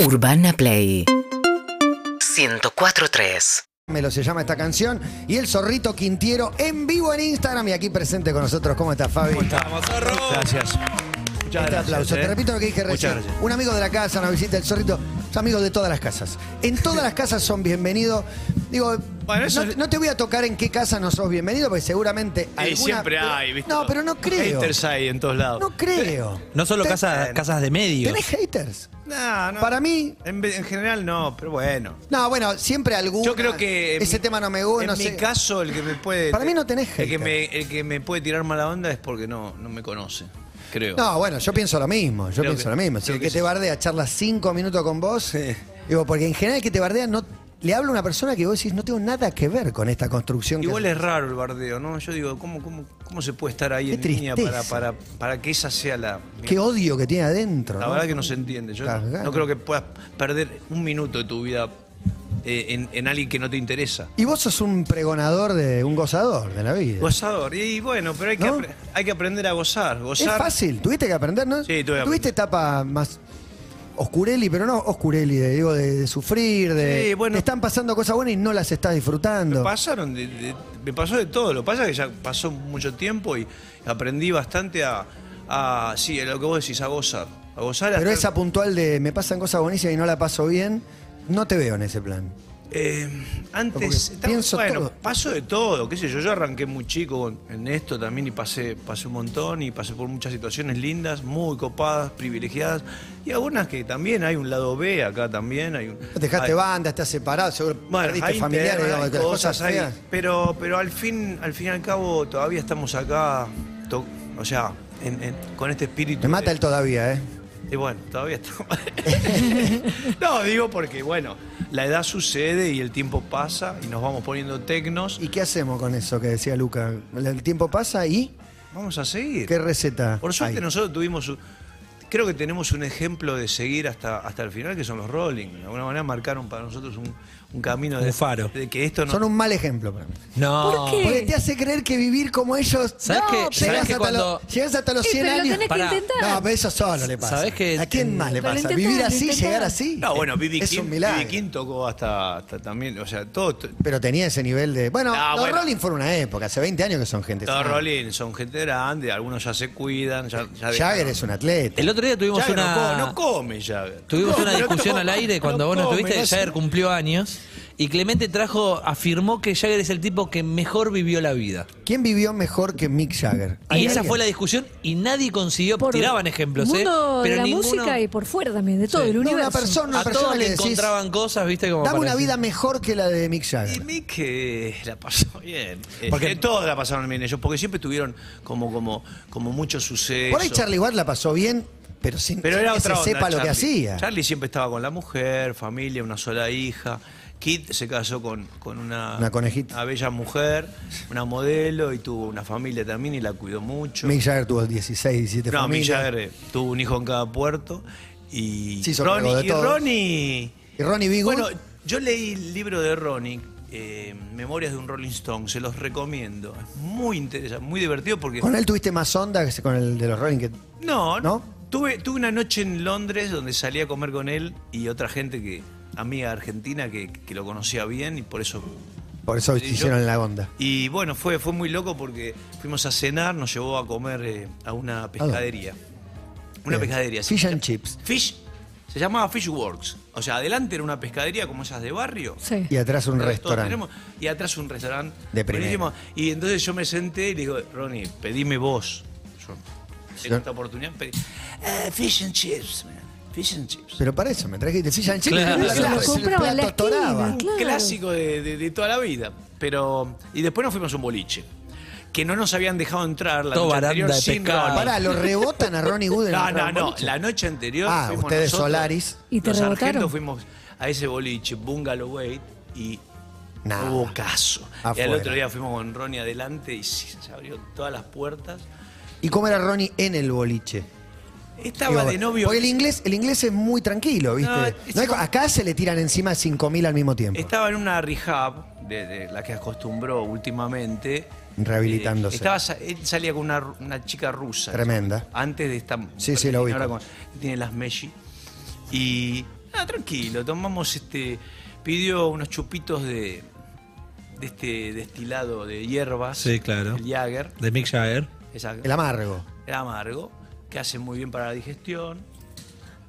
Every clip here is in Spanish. Urbana Play 104.3 Me lo se llama esta canción. Y el zorrito Quintiero en vivo en Instagram y aquí presente con nosotros. ¿Cómo estás, Fabi? Vamos, zorro. Gracias. Muchas Este gracias. aplauso. ¿eh? Te repito lo que dije Muchas recién. gracias. Un amigo de la casa, una visita del zorrito. Son amigos de todas las casas. En todas las casas son bienvenidos. Digo, Bueno, eso no, es- no te voy a tocar en qué casa no sos bienvenido, porque seguramente alguna- siempre pero- hay, ¿viste? No, pero no creo. Haters Eh, hay en todos lados. No creo. No solo Ten- casas, casas de medios. ¿Tenés haters? No, no. Para mí- En, ve- en general no, pero bueno. No, bueno, siempre alguna. Yo creo que. en Ese mi- tema no me gusta. En no mi sé. caso, el que me puede. Para mí no tenés el que, hater. me, el que me puede tirar mala onda es porque no, no me conoce, creo. No, bueno, yo pienso lo mismo, yo Creo pienso que- lo mismo. Si creo el que que te sí. bardea charla cinco minutos con vos, digo, porque en general el que te bardea no le habla a una persona que vos decís, no tengo nada que ver con esta construcción. que Igual haces". es raro el bardeo, ¿no? Yo digo, ¿cómo, cómo, cómo se puede estar ahí Qué en línea para, tristeza. para, para que esa sea la. Qué odio que tiene adentro. La ¿no? verdad que no se entiende. Yo Claro, no claro. creo que puedas perder un minuto de tu vida eh, en, en alguien que no te interesa. Y vos sos un pregonador de un gozador de la vida. Gozador. Y bueno, pero hay que, ¿No? apre- hay que aprender a gozar. es Gozar. fácil, tuviste que aprender, ¿no? Sí, tuve que Tuviste etapa más oscureli, pero no oscureli, de, digo, de, de sufrir, de Sí, bueno. te están pasando cosas buenas y no las estás disfrutando. Pasaron de- de- me pasó de todo. Lo que pasa es que ya pasó mucho tiempo y aprendí bastante a. a sí, a lo que vos decís, a gozar. A gozar a Pero estar- esa puntual de me pasan cosas buenísimas y no la paso bien, no te veo en ese plan. Eh, Porque antes, estaba- pienso bueno, todo. pasó de todo, qué sé yo, yo arranqué muy chico con- en esto también y pasé, pasé un montón y pasé por muchas situaciones lindas, muy copadas, privilegiadas y algunas que también hay un lado B acá también, hay un... Dejaste hay- bandas, te has separado, seguro perdiste hay familiares, internas, digamos, hay que las cosas hay- feas. pero, pero al fin, al fin y al cabo todavía estamos acá, to- o sea, en- en- con este espíritu... Me mata de- el todavía, ¿eh? y bueno, todavía estamos. no, digo porque, bueno, la edad sucede y el tiempo pasa y nos vamos poniendo tecnos. ¿Y qué hacemos con eso que decía Luca? El tiempo pasa y Vamos a seguir. ¿qué receta? Por suerte, hay? nosotros tuvimos. un- Creo que tenemos un ejemplo de seguir hasta, hasta el final, que son los Rolling. De alguna manera marcaron para nosotros un, un camino de, Un faro. de que esto no. Son un mal ejemplo para mí. No. ¿Por qué? Porque te hace creer que vivir como ellos. ¿Sabes qué? llegas ¿Sabes qué hasta cuando- los, llegas hasta los Eh, 100 pero lo años. tenés Pará. que intentar. No, pero eso solo le pasa. ¿Sabés qué? ¿A quién más le Pero pasa? intentá, Vivir así, intentá. llegar así. No, bueno, B.B. Es King, un milagro. B.B. King tocó hasta, hasta también. O sea, todo. to- Pero tenía ese nivel de. Bueno, Ah, los bueno. Rolling fueron una época, hace 20 años que son gente. Todos sana. Rolling son gente grande, algunos ya se cuidan. Ya, ya Jagger dejaron. es un atleta. El otro día tuvimos Jagger no una. co- no come Jagger. Tuvimos No, una no discusión come, al aire cuando no vos no come, estuviste, no hace- Jagger cumplió años y Clemente trajo, afirmó que Jagger es el tipo que mejor vivió la vida. ¿Quién vivió mejor que Mick Jagger? Y ¿Hay esa alguien? fue la discusión y nadie consiguió, Por tiraban ejemplos, ¿eh? mundo de Pero la ninguno- música y por fuera también, de todo Sí. el No, universo. una persona, una a persona todos que le decís, encontraban cosas, ¿viste? Como Dame para una decir- vida mejor que la de Mick Y Jagger. Mick eh, la pasó bien. Porque- Porque todos la pasaron bien ellos, porque siempre tuvieron como, como, como muchos sucesos. Por ahí Charlie Watt la pasó bien, pero sin Pero era que otra se onda, sepa lo que Charlie. hacía. Charlie siempre estaba con la mujer, familia, una sola hija. Kit se casó con, con una, Una conejita. una bella mujer, una modelo, y tuvo una familia también y la cuidó mucho. Mick Jagger tuvo 16, 17 no, Mick familias. Jagger eh, tuvo un hijo en cada puerto. Y Se hizo cargo de Ronnie, y todo. Ronnie Y Ronnie B. Good, Bueno, yo leí el libro de Ronnie, eh, Memorias de un Rolling Stone, se los recomiendo. Es muy interesante, muy divertido porque... con él tuviste más onda que con el de los Rolling. Que... ¿No? No, no. Tuve, tuve una noche en Londres donde salí a comer con él y otra gente que amiga argentina que, que lo conocía bien y por eso... Por eso Sí, yo- hicieron la onda. Y bueno, fue, fue muy loco porque fuimos a cenar, nos llevó a comer eh, a una pescadería. Una Ah. Bien. pescadería. Eh, Fish sí. and chips. Fish, se llamaba Fish Works. O sea, adelante era una pescadería como esas de barrio. Sí. Y atrás un Todos restaurante. tenemos- y atrás un restaurante. De primera. buenísimo. Y entonces yo me senté y le digo, Ronnie, pedime vos. Yo, en Yo- esta oportunidad pedí. "Eh, fish and chips, man. Fish and chips. Pero para eso me trajiste fish and chips. Claro. y Eso lo plato- compraba en la plato toraba. esquina. Un Claro. clásico de, de- de toda la vida. Pero. Y después nos fuimos a un boliche. Que no nos habían dejado entrar la Todo noche baranda anterior de sin pescado. Ronnie. Pará, lo rebotan a Ronnie Good en No, el no, no. boliche? La noche anterior. Ah, fuimos ustedes nosotros, Solaris. ¿Y te los rebotaron? argentos fuimos a ese boliche, Bungalow Wait, y Nah. no hubo caso. Y Afuera. al otro día fuimos con Ronnie adelante y se se abrió todas las puertas. ¿Y cómo era Ronnie en el boliche? Estaba Digo, de novio. Porque el inglés, el inglés es muy tranquilo, ¿viste? No, No hay co- acá se le tiran encima 5.000 al mismo tiempo. Estaba en una rehab, de, de la que acostumbró últimamente. Rehabilitándose. Eh, estaba, sa- él salía con una, ru- una chica rusa. Tremenda. Antes de esta. Sí, sí, la ubico. ahora con- Tiene las Messi. Y. no, tranquilo, tomamos este. Pidió unos chupitos de, de este destilado de hierbas. Sí, claro. El Jagger. De Mick Jagger. Exacto. El amargo. Era amargo, que hace muy bien para la digestión.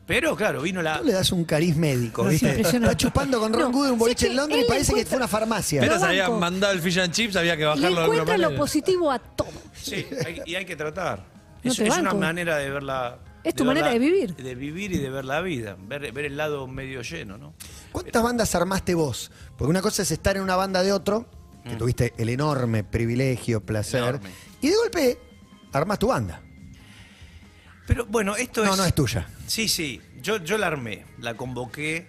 Pero claro, vino la. Tú le das un cariz médico, Nos ¿viste? impresionó. Está chupando con Ron No, Good un sí, boliche que en Londres él y parece que encuentra- fue una farmacia. Pero- Apenas había banco. mandado el fish and chips, había que Le bajarlo de alguna encuentra lo manera. positivo a todo. Sí, hay- y hay que tratar. No es te es una banco. manera de verla. Es tu verla- manera de vivir. De vivir y de ver la vida. Ver, ver el lado medio lleno, ¿no? ¿Cuántas bandas armaste vos? Porque una cosa es estar en una banda de otro, que tuviste el enorme privilegio, placer, Mm. Enorme. y de golpe armás tu banda. Pero bueno, esto es. No, no es tuya. Sí, sí. Yo, yo la armé, la convoqué,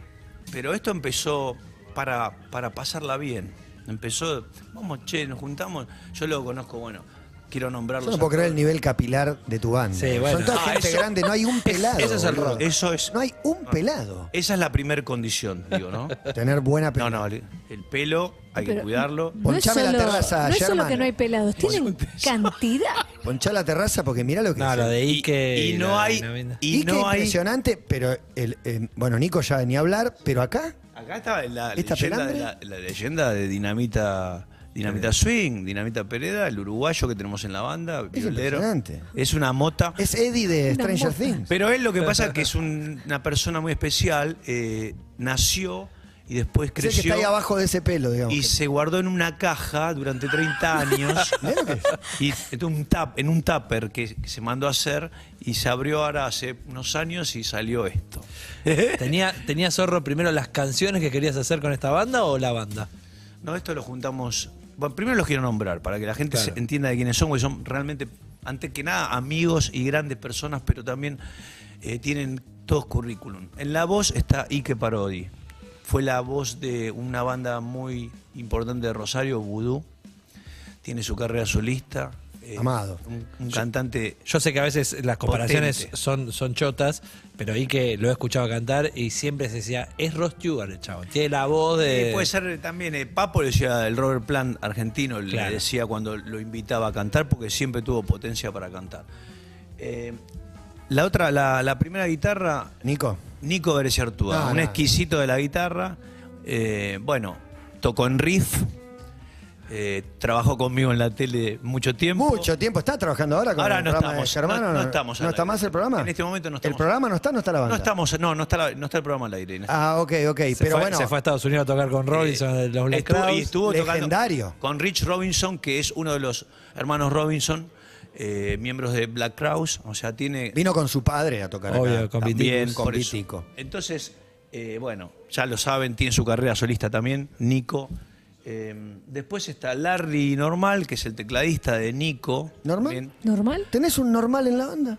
pero esto empezó para, para pasarla bien. Empezó, vamos, che, nos juntamos. Yo lo conozco, bueno, quiero nombrarlos. Yo no a puedo creer el todos. nivel capilar de tu banda. Sí, bueno. Son toda Ah, gente eso- grande, no hay un pelado. Ese es el boludo. rock, eso es. Ah. No hay un pelado. Esa es la primer condición, digo, ¿no? Tener buena pe- No, no, el el pelo hay que Pero cuidarlo. No es Ponchame la solo, terraza, no es solo Germán. que no hay pelados, tienen cantidad. Ponchá la terraza porque mirá lo que No, es. lo de Y, Ike. y no la- hay. la venda. Y Ike, no hay. impresionante, pero el, eh, bueno, Nico ya ni hablar, pero acá Acá estaba la ¿Esta leyenda, de pelambre? la, la leyenda de Dinamita Dinamita Swing, Dinamita Pereda, el uruguayo que tenemos en la banda, violero. impresionante. Es una mota. es Eddie de Una Stranger mosca. Things. Pero él lo que pasa es que es un- una persona muy especial. eh, nació y después Es el que está creció. ahí abajo de ese pelo, digamos. Y se guardó en una caja durante 30 años. y en un, tap, en un tupper que que se mandó a hacer y se abrió ahora hace unos años y salió esto. ¿Tenía, ¿Tenía zorro primero las canciones que querías hacer con esta banda o la banda? No, esto lo juntamos. Bueno, primero los quiero nombrar para que la gente Claro. se entienda de quiénes son, porque son realmente, antes que nada, amigos y grandes personas, pero también eh, tienen todos currículum. En la voz está Ike Parodi. Fue la voz de una banda muy importante de Rosario, Vudú. Tiene su carrera solista. eh, Amado. Un, un cantante. Yo sé que a veces las comparaciones Potente. son, son chotas, pero Ike lo he escuchado cantar y siempre se decía, es Ross Stewart el chavo. Tiene la voz de... Eh, puede ser también, eh, Papo le decía, el Robert Plant argentino, le Claro. decía cuando lo invitaba a cantar, porque siempre tuvo potencia para cantar. Eh, la otra, la, la primera guitarra, Nico, Nico Berciartúa, No, un no. exquisito de la guitarra. Eh, bueno, tocó en riff, eh, trabajó conmigo en la tele mucho tiempo. mucho tiempo. ¿Está trabajando ahora con Ahora el no programa estamos, de Germán? no- o no estamos ¿No al está aire. más el programa? En este momento no estamos. ¿El programa no está? ¿No está la No banda? estamos, no, no está, la- no está el programa al aire. en este Ah, ok, ok. Se pero fue- bueno, Se fue a Estados Unidos a tocar con Robinson, de los Black Eh, estuvo, y Crowes. estuvo tocando Legendario. con Rich Robinson, que es uno de los hermanos Robinson, eh, miembros de Black Crowes. O sea, tiene vino con su padre a tocar Obvio, acá. con también, Viticus. Con por eso. Vitico. Entonces, eh, bueno, ya lo saben, tiene su carrera solista también, Nico. Eh, después está Larry Normal, que es el tecladista de Nico. ¿Normal? También. ¿Normal? ¿Tenés un normal en la banda?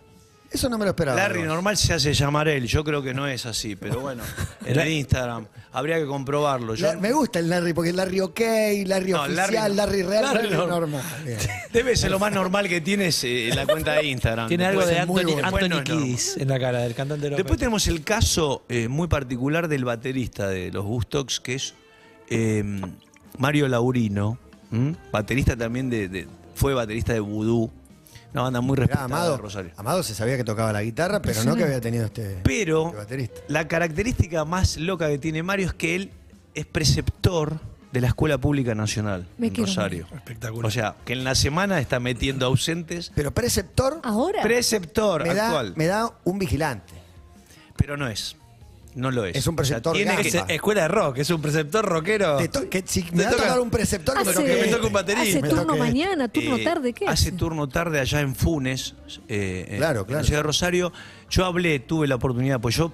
Eso no me lo esperaba. Larry Vos. Normal se hace llamar él, yo creo que no es así, pero bueno, en el Instagram habría que comprobarlo. Yo- La- me gusta el Larry, porque el Larry OK, Larry No, Larry oficial, no. Larry, real, Larry Larry no. normal. Bien. Debe ser lo más normal que tienes eh, la cuenta de Instagram. Tiene algo Después de es muy Anthony, bueno. Anthony Después no es normal. Kiedis en la cara, del cantante de los Después Black tenemos el caso eh, muy particular del baterista de los Gustox, que es eh, Mario Laurino, ¿m? baterista también de, de- Fue baterista de Vudú, una banda muy Mirá, respetada de Amado, Rosario. Amado se sabía que tocaba la guitarra, pero no que había tenido este, Pero este baterista. la característica más loca que tiene Mario es que él es preceptor de la Escuela Pública Nacional Me en quiero Rosario. Espectacular. O sea, que en la semana está metiendo ausentes. Pero preceptor Ahora. Preceptor me da, actual. me da un vigilante. Pero no es. No lo es. Es un preceptor tiene gama. que- tenemos- Es- Escuela de rock, es un preceptor Ah. rockero. Te to- que si me va a toca- tocar un preceptor, Hace, me toque que me este. toque un baterista. hace Me turno toque- mañana, turno eh, tarde, ¿qué? Hace hace? turno tarde allá en Funes, eh, eh, Claro, en claro. la ciudad de Rosario. Yo hablé, tuve la oportunidad, pues yo,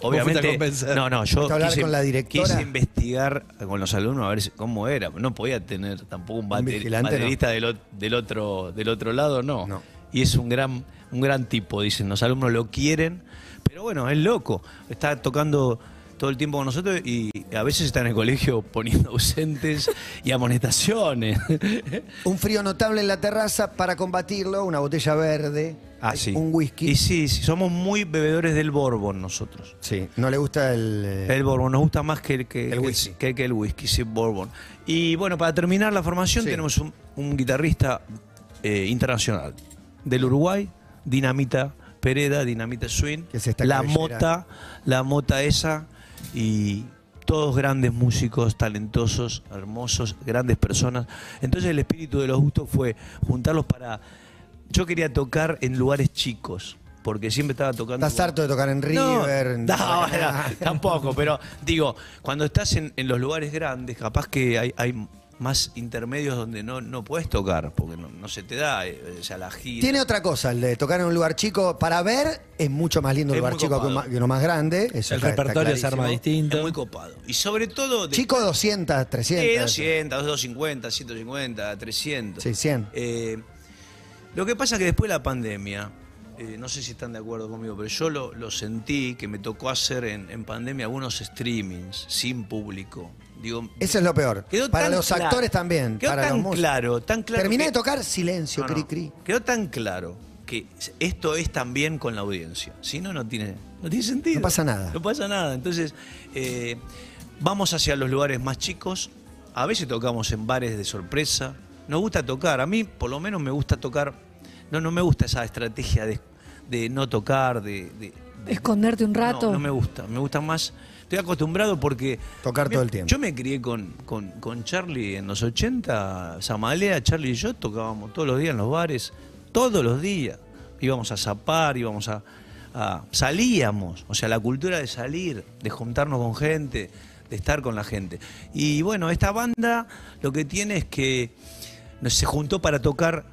fuiste a obviamente. convencer. No, no, yo Fuiste a hablar con la directora. quise investigar con los alumnos a ver si- cómo era. No podía tener tampoco un, bater- vigilante, baterista del, o- del otro, del otro lado, no. No. Y es un gran, un gran tipo, dicen. Los alumnos lo quieren, pero bueno, es loco. Está tocando. Todo el tiempo con nosotros y a veces está en el colegio poniendo ausentes y amonestaciones. Un frío notable en la terraza para combatirlo, una botella verde, Ah, hay sí. un whisky. Y sí, sí, somos muy bebedores del Borbón nosotros. Sí, no le gusta el... eh, El Borbón nos gusta más que el, que, El que- whisky. Que, que el whisky, sí, Borbón. Y bueno, para terminar la formación Sí. tenemos un, un guitarrista eh, internacional del Uruguay, Dinamita Pereda, Dinamita Swing, Que es esta la cabellera. mota, la mota esa y todos grandes músicos, talentosos, hermosos, grandes personas. Entonces el espíritu de los gustos fue juntarlos para... Yo quería tocar en lugares chicos, porque siempre estaba tocando... Estás harto de tocar en No, River. en- no, bueno, tampoco, pero digo, cuando estás en, en los lugares grandes, capaz que hay, hay más intermedios donde no, no puedes tocar, porque no, no se te da, eh, o sea, la gira. Tiene otra cosa, el de tocar en un lugar chico. Para ver es mucho más lindo un Es lugar muy chico que un ma- copado. que uno más grande. Eso está- El está repertorio se arma clarísimo. es distinto. muy copado. Y sobre todo... de- eh, Chico 200, 300. Sí, 200, 250, 150, 300. Sí, 100. Eh, lo que pasa que después de la pandemia, eh, no sé si están de acuerdo conmigo, pero yo lo, lo sentí que me tocó hacer en, en pandemia algunos streamings sin público. Digo, Eso es lo peor. Quedó para tan los claro. actores también. Quedó para tan los músicos. claro, tan claro Terminé que- de tocar, silencio, No, no. cri cri. Quedó tan claro que esto es también con la audiencia. Si no, no tiene, no tiene sentido. No pasa nada. No pasa nada. Entonces, eh, vamos hacia los lugares más chicos. A veces tocamos en bares de sorpresa. Nos gusta tocar. A mí, por lo menos, me gusta tocar. No, no me gusta esa estrategia de, de no tocar, de, de- de- Esconderte un rato. No, no me gusta. Me gusta más. Estoy acostumbrado porque. Tocar me- todo el tiempo. Yo me crié con, con, con Charlie en los 80. Samalea, Charlie y yo tocábamos todos los días en los bares. Todos los días. Íbamos a zapar, íbamos a. a- salíamos. O sea, la cultura de salir, de juntarnos con gente, de estar con la gente. Y bueno, esta banda lo que tiene es que no, se juntó para tocar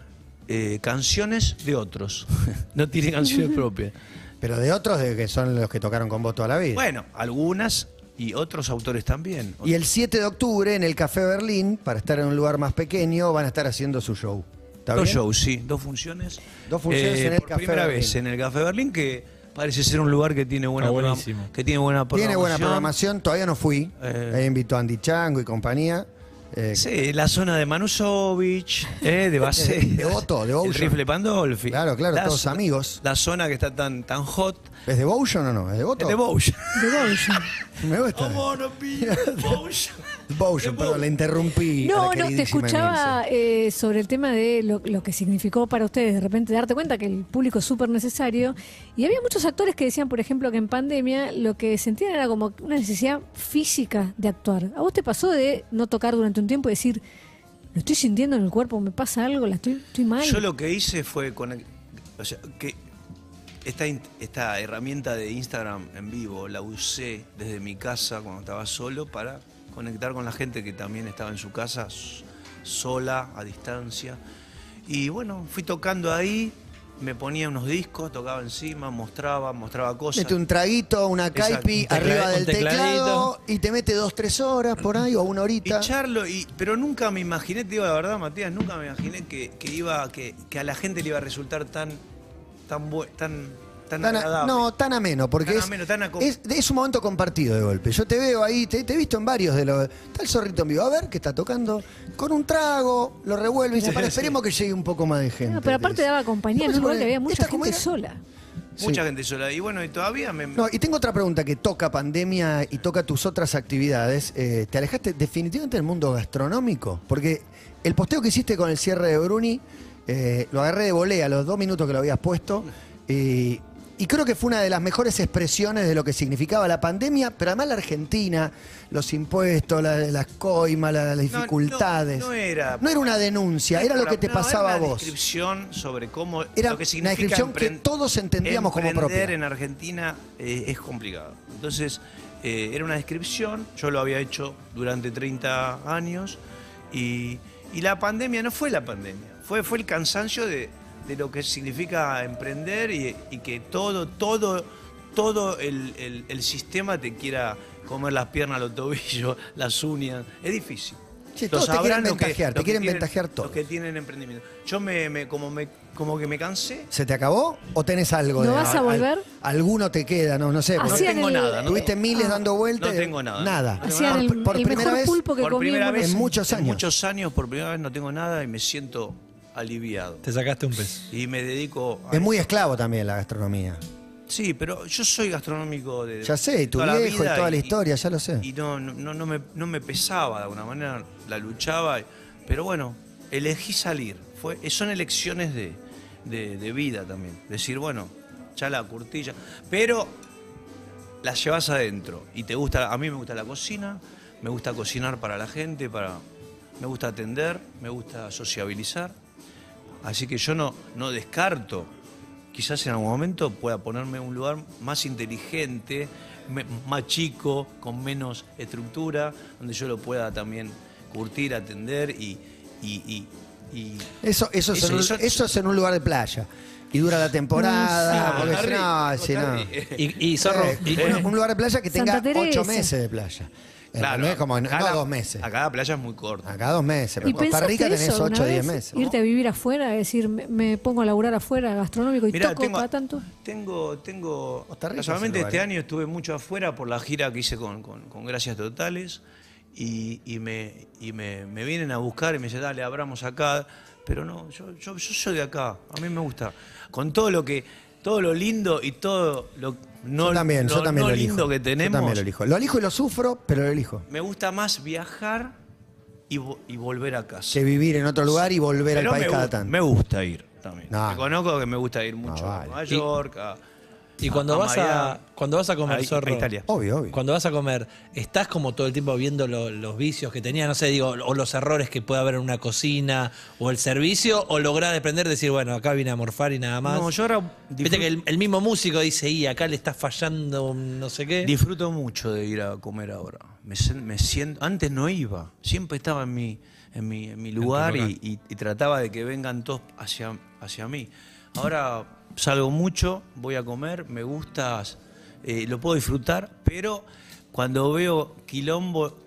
eh, canciones de otros. no tiene canciones propias. Pero de otros de que son los que tocaron con vos toda la vida. Bueno, algunas y otros autores también. Y el 7 de octubre en el Café Berlín, para estar en un lugar más pequeño, van a estar haciendo su show. ¿Está dos bien? shows, sí, dos funciones. eh, Dos funciones en el por Café primera Berlín. vez en el Café Berlín que parece ser un lugar que tiene buena Ah, programa- buenísimo. que tiene buena programación. Tiene buena programación, todavía no fui. Eh. Ahí invitó a Andy Chango y compañía. Eh, Sí, la zona de Manusovich, eh, de Base, De Devoto, de Ocean. El rifle Pandolfi. Claro, claro, La todos zo- amigos. La zona que está tan tan hot ¿Es de Bowson o no? ¿Es de Voto? es de Bouya. Me gusta. Bowson, perdón, le interrumpí. a No, la no, te queridísima escuchaba eh, sobre el tema de lo, lo que significó para ustedes de repente darte cuenta que el público es súper necesario. Y había muchos actores que decían, por ejemplo, que en pandemia lo que sentían era como una necesidad física de actuar. ¿A vos te pasó de no tocar durante un tiempo y decir, lo estoy sintiendo en el cuerpo, me pasa algo, la estoy, estoy mal? Ah, Yo lo que hice fue con o sea, que esta, in- esta herramienta de Instagram en vivo la usé desde mi casa cuando estaba solo para conectar con la gente que también estaba en su casa s- sola, a distancia. Y bueno, fui tocando ahí, me ponía unos discos, tocaba encima, mostraba, mostraba cosas. Mete un traguito, una Exacto. caipi Un tecla- arriba un del teclado y te mete dos, tres horas por ahí o una Y horita. charlo, y, pero nunca me imaginé, te digo la verdad, Matías, nunca me imaginé que, que iba, que, que a la gente le iba a resultar tan, tan, bue- tan, tan, Tan a- agradable. no, tan ameno, porque Tan es, ameno, tan acom- es, es un momento compartido de golpe. Yo te veo ahí, te, te he visto en varios de los. Está el zorrito en vivo, a ver qué está tocando. Con un trago, lo revuelve y dice, para, esperemos que llegue un poco más de gente. No, pero aparte Te dice. daba compañía, en Después un lugar se que pone, había mucha ¿esta cómo gente era? sola. Mucha Sí. gente sola. Y bueno, y todavía me. No, y tengo otra pregunta que toca pandemia y toca tus otras actividades. Eh, ¿Te alejaste definitivamente del mundo gastronómico? Porque el posteo que hiciste con el cierre de Bruni, eh, lo agarré de volea a los dos minutos que lo habías puesto. y- y creo que fue una de las mejores expresiones de lo que significaba la pandemia, pero además la Argentina, los impuestos, la- las coimas, la- las no, dificultades. no era- No era una denuncia, era lo que te No, pasaba era a una vos. descripción sobre cómo. Era lo que una significa descripción que emprend- todos entendíamos como emprender propia. en Argentina eh, es complicado. Entonces, eh, era una descripción. Yo lo había hecho durante 30 años. Y, y la pandemia no fue la pandemia. Fue, fue el cansancio de, de lo que significa emprender y, y que todo, todo, todo el, el- el sistema te quiera comer las piernas, los tobillos, las uñas. Es difícil. Sí, Lo todos te quieren sabrán los que- ventajear, te los que quieren tienen- ventajear los todo. que tienen emprendimiento. Yo me, me- como me como que me cansé. ¿Se te acabó o tenés algo de ¿No vas a volver? alguno te queda, no, no sé. porque- Hacían tengo el- nada, no Tuviste miles dando vueltas. No tengo nada. Nada. Hacían el, por, por el primera mejor vez. pulpo que por comí primera en vez en muchos años. muchos años por primera vez no tengo nada y me siento aliviado. Te sacaste un pez. Y me dedico a Es muy esclavo también la gastronomía. Sí, pero yo soy gastronómico de Ya sé, y tu la viejo y vida toda la historia, ya lo sé. Y no, no, no- no me, no me pesaba de alguna manera, la luchaba. y- Pero bueno, elegí salir. Fue, son elecciones de, de- de vida también. Decir, bueno, ya la curtilla. Pero las llevas adentro y te gusta, a mí me gusta la cocina, me gusta cocinar para la gente, para, me gusta atender, me gusta sociabilizar. Así que yo no, no descarto, quizás en algún momento pueda ponerme en un lugar más inteligente, me- más chico, con menos estructura, donde yo lo pueda también curtir, atender y... y- y- y- Eso, eso, es, Eso- en un, eso- eso es en un lugar de playa. Y dura la temporada, No, Ah, porque si Harry, no, no, si no. Harry. Y, y, Zorro, Eh, y- un, un lugar de playa que tenga Santa Teresa. ocho meses de playa. Claro. No es como no, acá no la- dos meses. Acá la playa es muy corta. Acá dos meses. Pero ¿Y en Costa pensaste Rica tenés eso alguna ocho o diez vez? meses. Irte a vivir afuera, es decir, me, me pongo a laburar afuera, gastronómico, y Mirá, toco cada tanto. Tengo, tengo. Costa Rica Casualmente es el este lugar, ¿eh? año estuve mucho afuera por la gira que hice con, con- con Gracias Totales y, y me, y me, me vienen a buscar y me dicen, dale, abramos acá. Pero no, yo, yo, yo soy de acá, a mí me gusta. Con todo lo que, todo lo lindo y todo lo no, yo también, yo no- también no lo elijo. lindo que Yo tenemos. también lo elijo. Lo elijo y lo sufro, pero lo elijo. Me gusta más viajar y, vo- y volver a casa. Que vivir en otro lugar y volver Pero al país me, cada gu- tanto. me gusta ir también. No. Reconozco que me gusta ir mucho vale. a Nueva Y- York, a- y cuando a vas a Miami. cuando vas a comer eh, Ahí- a Zorro, Italia. Obvio, obvio. Cuando vas a comer, ¿estás como todo el tiempo viendo lo- los vicios que tenía? No sé, digo, o los errores que puede haber en una cocina o el servicio, o lográs desprender y decir, bueno, acá vine a morfar y nada más. No, yo ahora Viste disfrut- que el, el mismo músico dice, y acá le está fallando un no sé qué. disfruto mucho de ir a comer ahora. Me, sen- me siento, antes no iba, siempre estaba en mi, en mi, en mi lugar y, y- y trataba de que vengan todos hacia, hacia mí. Ahora salgo mucho, voy a comer, me gusta, eh, lo puedo disfrutar, pero cuando veo quilombo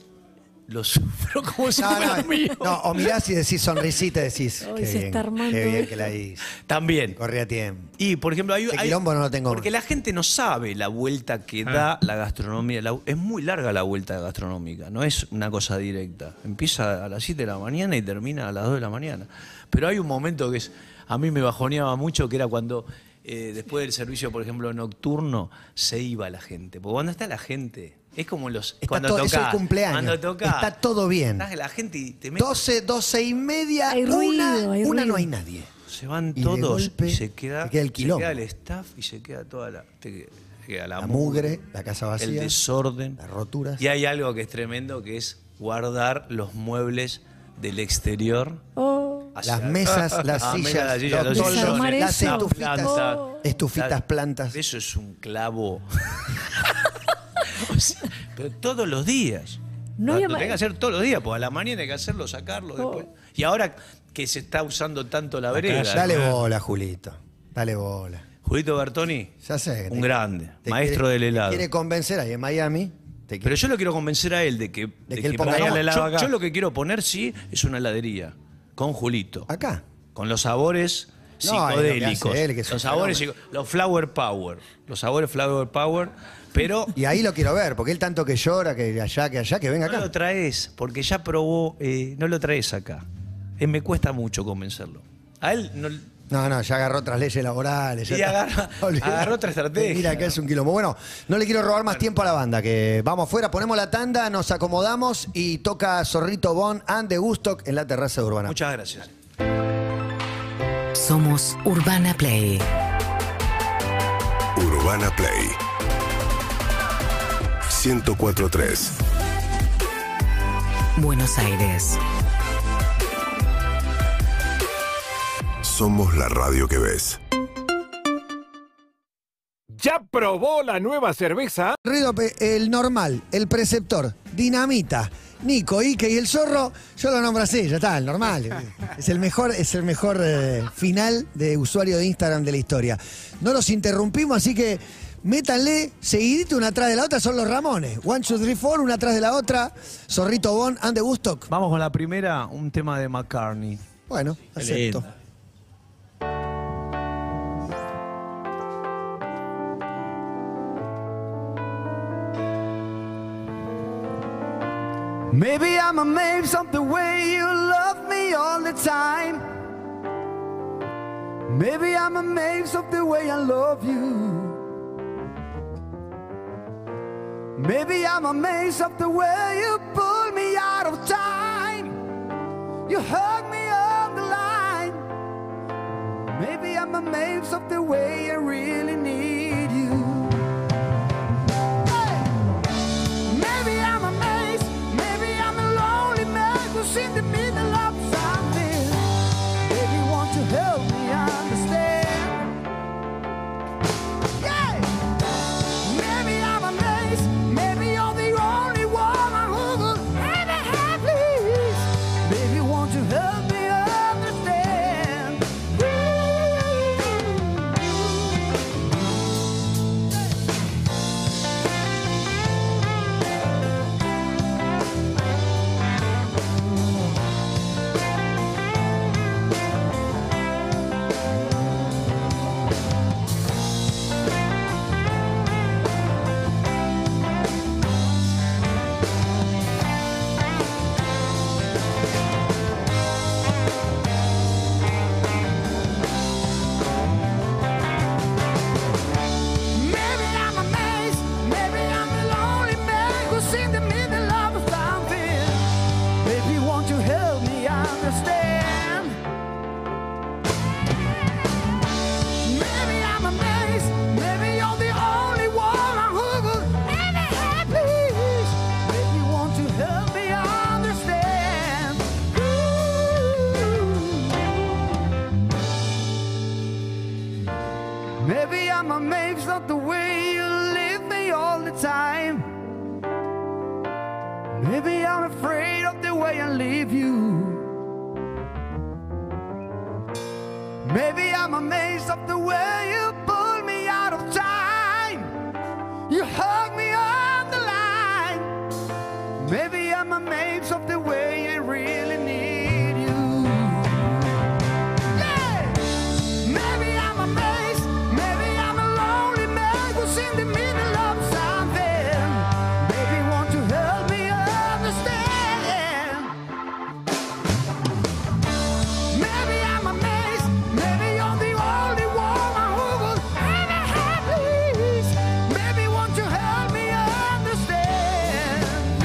lo sufro como si No, fuera no, mío. no, o mirás y decís sonrisita y decís. Ay, qué se bien, está armando Qué bien eh". esto". que la hice. También. Corría tiempo. Y por ejemplo, hay, El hay- quilombo no lo tengo Porque la gente no sabe la vuelta que da la gastronomía. La- es muy larga la vuelta gastronómica, no es una cosa directa. Empieza a las 7 de la mañana y termina a las 2 de la mañana. Pero hay un momento que es, a mí me bajoneaba mucho, que era cuando eh, después del servicio, por ejemplo, nocturno, se iba la gente. Porque cuando está la gente, es como los. Está cuando todo- es tocás, el cumpleaños. Cuando tocás, Está todo bien. estás la gente y te metes, 12, 12 y media, Hay ruido, una, hay una ruido. no hay nadie. Se van Y de todos golpe y se queda, se queda el se quilombo. queda el staff y se queda toda la, te- se queda la, La mugre, la casa el vacía, desorden. las roturas. Y hay algo que es tremendo que es guardar los muebles del exterior. Oh. hacia- Las mesas, las Ah, mesas, sillas, las sillas, los los colchones, colchones, Desarmar las eso. estufitas, Oh. estufitas, Las- plantas. Eso es un clavo. O sea, pero todos los días. No No había lo, ma- Oh. tenés que hacer todos los días, porque a la mañana hay que hacerlo, sacarlo después. Y ahora que se está usando tanto la vereda. Dale ¿no? bola, Julito. Dale bola. Julito Bertoni, Ya sé. que un te- grande, te maestro quiere- del te helado. Quiere convencer ahí en Miami. Te Pero quiere- yo lo quiero convencer a él de que, de que que él ponga pongamos- el helado yo, acá. yo lo que quiero poner sí es una heladería con Julito, acá. con los sabores Ah. No, y lo que psicodélicos, hace él, que es un los sabores, fenómeno. psico- los flower power, los sabores flower power, pero Y ahí lo quiero ver, porque él tanto que llora, que allá, que allá, que venga no lo acá. traes porque ya probó, eh, no lo traes acá. Eh, me cuesta mucho convencerlo. A él no, No, no, ya agarró otras leyes laborales. ya Y está. agarra- Olvidate. agarró otra estrategia, Mira que ¿no? es un quilombo. Bueno, no le quiero robar más tiempo a la banda, que vamos afuera, ponemos la tanda, nos acomodamos y toca Zorrito Bon and de Gustock en la terraza de Urbana. muchas gracias. Somos Urbana Play Urbana Play 1043 Buenos Aires. Somos la radio que ves. ¿Ya probó la nueva cerveza? Ruido, pe- el normal, el preceptor, Dinamita, Nico, Ike y el Zorro, yo lo nombro así, ya está, el normal. Es el mejor, es el mejor eh, final de usuario de Instagram de la historia. No los interrumpimos, así que métanle seguidito una atrás de la otra, son los Ramones. One, two, three, four, una atrás de la otra. Zorrito Bon, Ande Gustock. Vamos con la primera, un tema de McCartney. Bueno, acepto. lindo. Maybe I'm amazed of the way you love me all the time. Maybe I'm amazed of the way I love you. Maybe I'm amazed of the way you pull me out of time. You hug me on the line. Maybe I'm amazed of the way I really need you. Oh, Maybe I'm afraid of the way I leave you. Maybe I'm amazed of the way you pull me out of time. You hug me on the line. Maybe I'm amazed of the way I really need you. Yeah! Maybe I'm amazed, maybe I'm a lonely man who's in the middle of something. Baby, won't you help me understand? Maybe I'm amazed, maybe you're the only woman who will ever have peace. Maybe won't you help me understand? Yeah.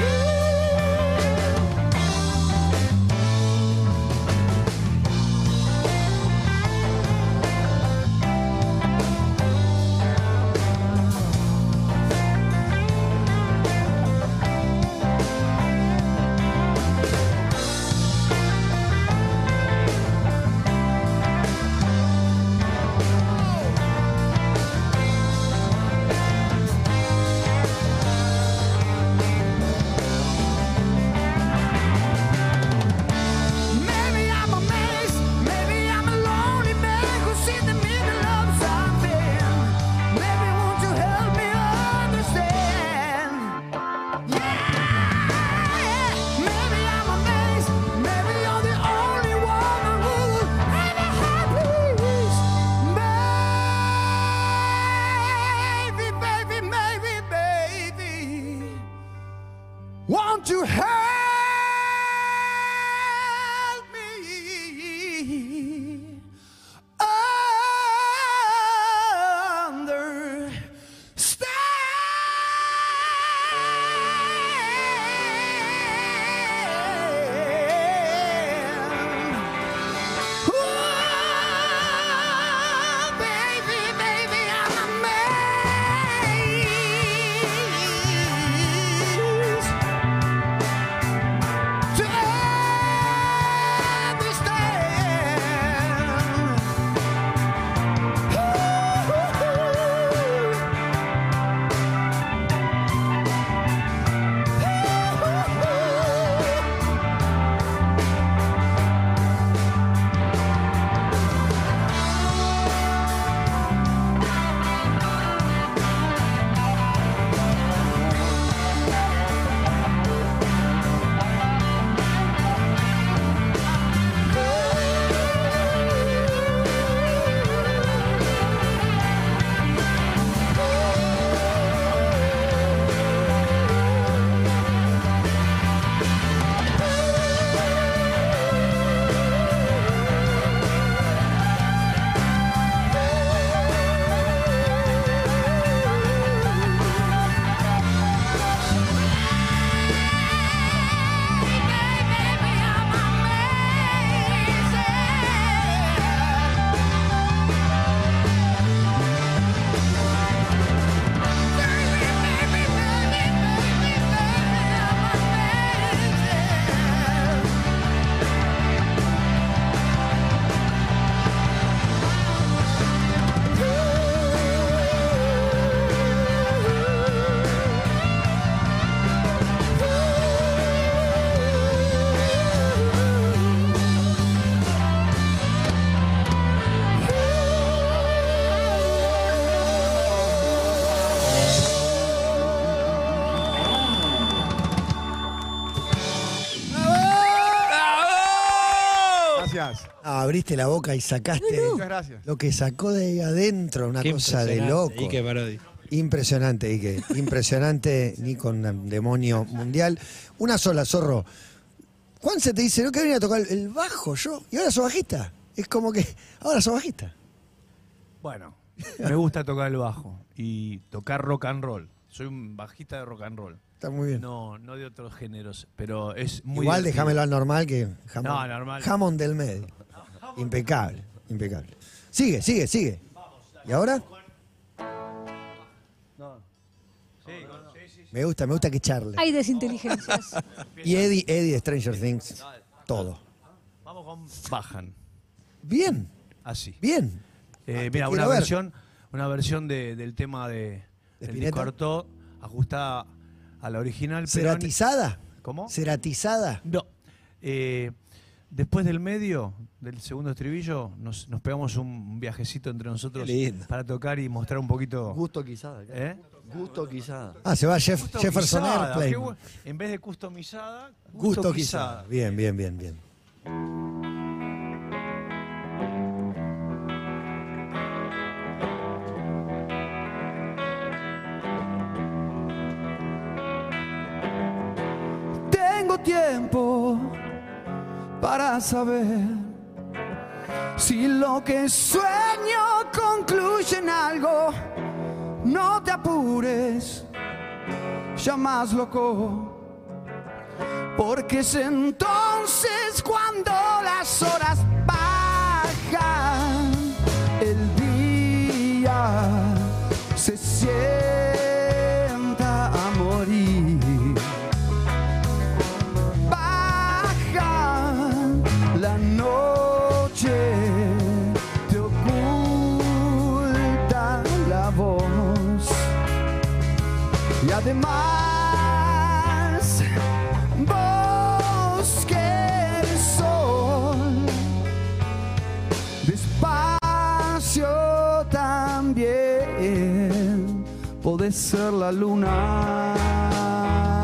Maybe I'm amazed, maybe I'm a lonely man who's in the middle of something. Maybe won't you help me understand? Yeah, maybe I'm amazed, maybe you're the only woman who will ever have peace. Maybe, baby, maybe, baby. Won't you help me understand? Oh, baby, baby, I'm amazed to understand. Gracias. Ah, abriste la boca y sacaste Muchas gracias. lo que sacó de ahí adentro, una Qué cosa de impresionante, loco. Ike Parodi. Impresionante, Ike. Impresionante, ni con demonio mundial. Una sola, zorro. Juan se te dice, no, que venía a tocar el bajo yo. Y ahora sos bajista. Es como que, ahora sos bajista. Bueno, me gusta tocar el bajo y tocar rock and roll. Soy un bajista de rock and roll. Está muy bien. No, no de otros géneros, pero es muy Igual divertido. déjamelo al normal que jamón, No, normal. jamón del medio. Impecable, impecable. Sigue, sigue, sigue. ¿Y ahora? Me gusta, me gusta que charle. Hay desinteligencias. Y Eddie, Eddie de Stranger Things. Todo. Vamos con Bajan. Bien, Así. bien. Eh, Ah, te mira, una quiero ver. versión, una versión de- del tema de, del Spinetta? disco Artaud, ajustada a la original. pero en- ¿Ceratizada? ¿Cómo? ¿Ceratizada? No. Eh, después del medio, del segundo estribillo, nos, nos pegamos un viajecito entre nosotros Qué lindo. para tocar y mostrar un poquito. Gusto quizada. claro. ¿Eh? Gusto quizada. Ah, se va Jeff- Customizada, Jefferson qué Airplane. bu- En vez de customizada, Gusto customizada. quizá. Bien, bien, bien, bien. Tengo tiempo para saber si lo que sueño concluye en algo. No te apures, ya más loco. Porque es entonces cuando las horas bajan, el día se sienta a morir. Baja la noche, te oculta la voz. Y además, vos que el sol, despacio también, podés ser la luna.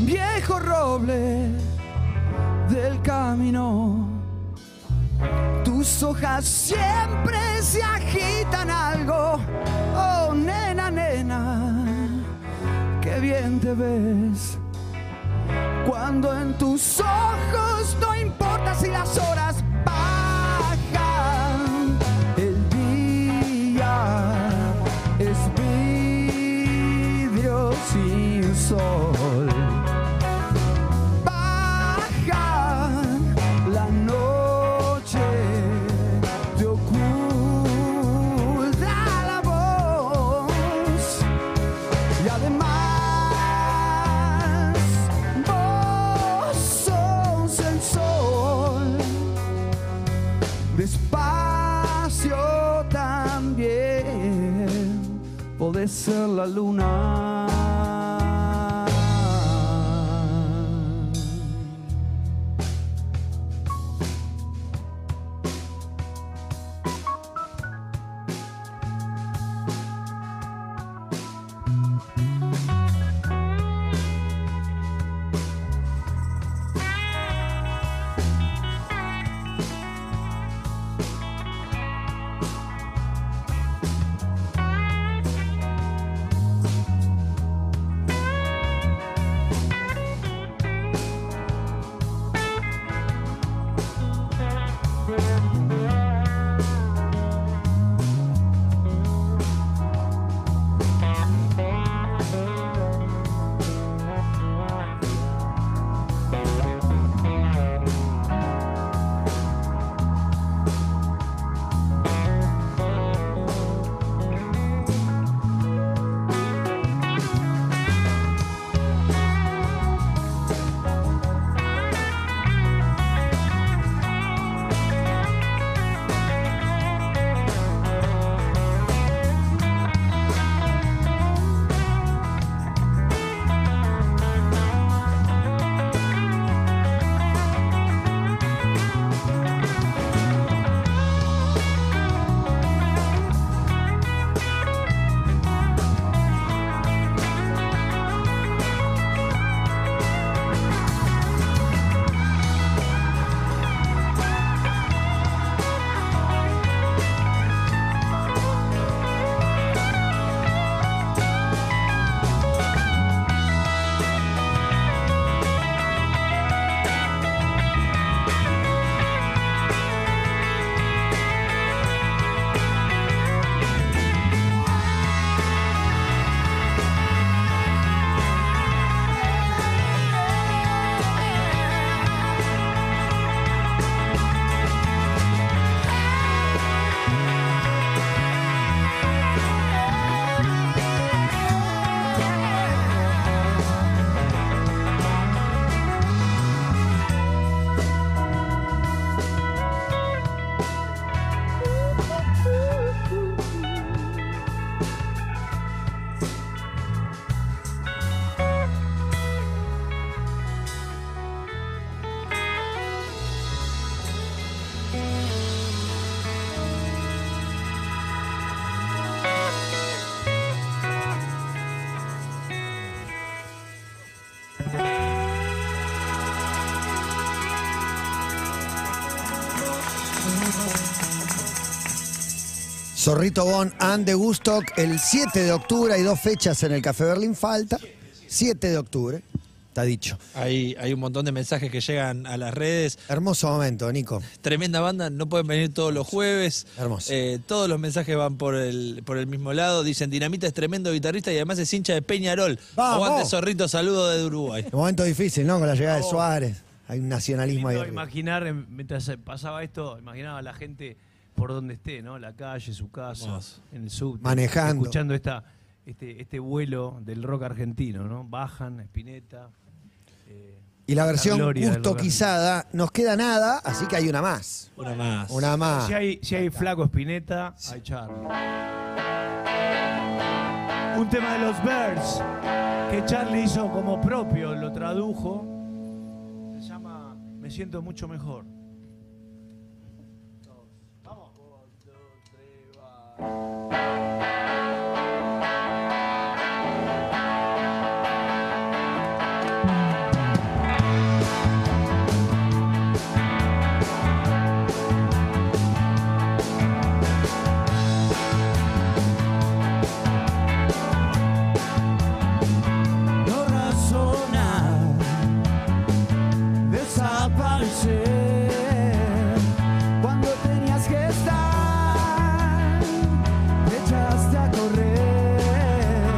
viejo roble del camino. Tus hojas siempre se agitan algo. Oh, nena, nena, qué bien te ves. Cuando en tus ojos no importa si las horas bajan, el día es vidrio sin sol. Baja la noche, te oculta la voz. Y además, vos sos el sol. Despacio también podés ser la luna. Zorrito Bon and the Gustock el 7 de octubre. Hay dos fechas en el Café Berlín Falta. 7 de octubre. Está dicho. Hay, hay un montón de mensajes que llegan a las redes. Hermoso momento, Nico. Tremenda banda, no pueden venir todos los jueves. Hermoso. Eh, todos los mensajes van por el, por el mismo lado. Dicen, Dinamita es tremendo guitarrista y además es hincha de Peñarol. ¡Vamos! Aguante, zorrito, saludo desde Uruguay. El momento difícil, ¿no? Con la Oh. llegada de Suárez. Hay un nacionalismo ahí. Lindo arriba. imaginar, em, mientras eh, pasaba esto, imaginaba a la gente por donde esté, ¿no? La calle, su casa, Hermoso. en el subte. Manejando. Escuchando esta, este, este vuelo del rock argentino, ¿no? Bajan, Espineta. Y la versión gloria del rock gustoquizada. Nos queda nada, así que hay una más. Una más. Una más. Si hay, si hay flaco Espineta, hay Charlie. Un tema de los Birds que Charlie hizo como propio, lo tradujo. Se llama Me siento mucho mejor. no razona desaparecer cuando tenías que estar te echaste a correr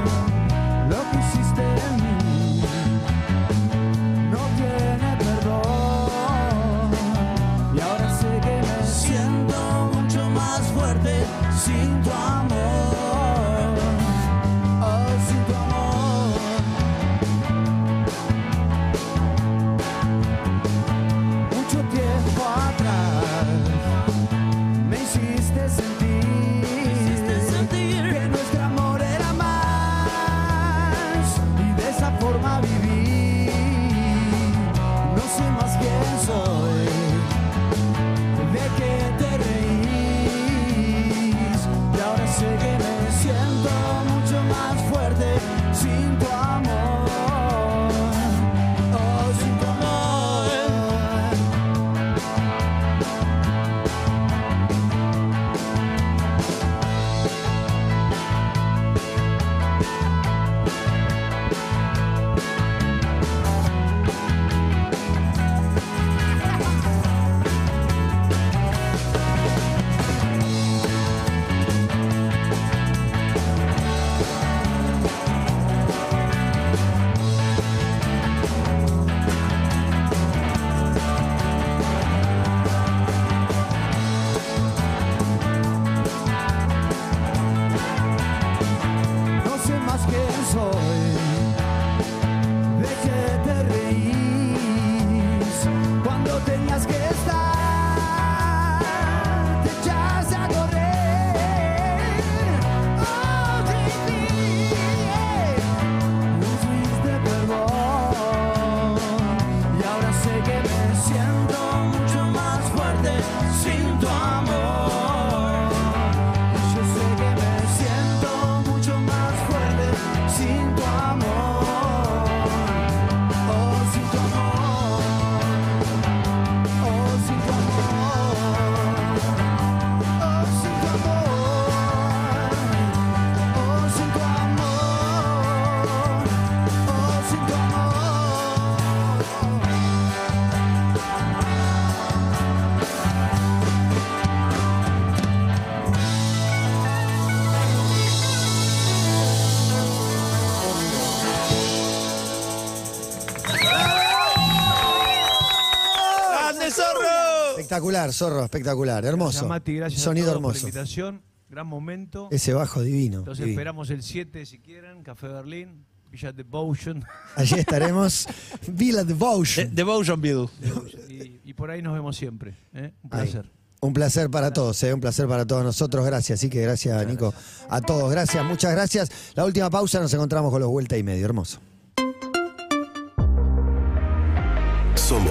lo que hiciste en mí no tiene perdón y ahora sé que me siento mucho más fuerte sin tu amor oh sin tu amor mucho tiempo atrás me hiciste sentir que nuestro amor era más y de esa forma viví no sé más quién soy de que te reís y ahora sé que me siento mucho más fuerte sin tu amor oh sin tu amor no sé más quién soy. ¿De qué te reís cuando tenías que estar? Te echaste a correr. Oh, Jimmy, no fuiste perdón. Y ahora sé que me siento mucho más fuerte sin tu amor. Oh, Yo sé que me siento mucho más fuerte sin tu amor, oh sin tu amor, oh sin tu amor, oh sin tu amor, oh sin tu amor, oh sin tu amor. ¡Grande, zorro! Espectacular, zorro, espectacular. Hermoso. Gracias, Mati, gracias a Sonido todos por hermoso. la invitación. Gran momento. Ese bajo divino. Los divino. esperamos el 7 si quieren, Café Berlín, Villa Devotion. Allí estaremos. Villa De- Devotion. Devotion View. y, y por ahí nos vemos siempre. ¿eh? Un placer. Un placer para todos, eh, un placer para todos nosotros. Gracias, así que gracias, Nico. A todos, gracias, muchas gracias. La última pausa, nos encontramos con los vuelta y medio. Hermoso. Somos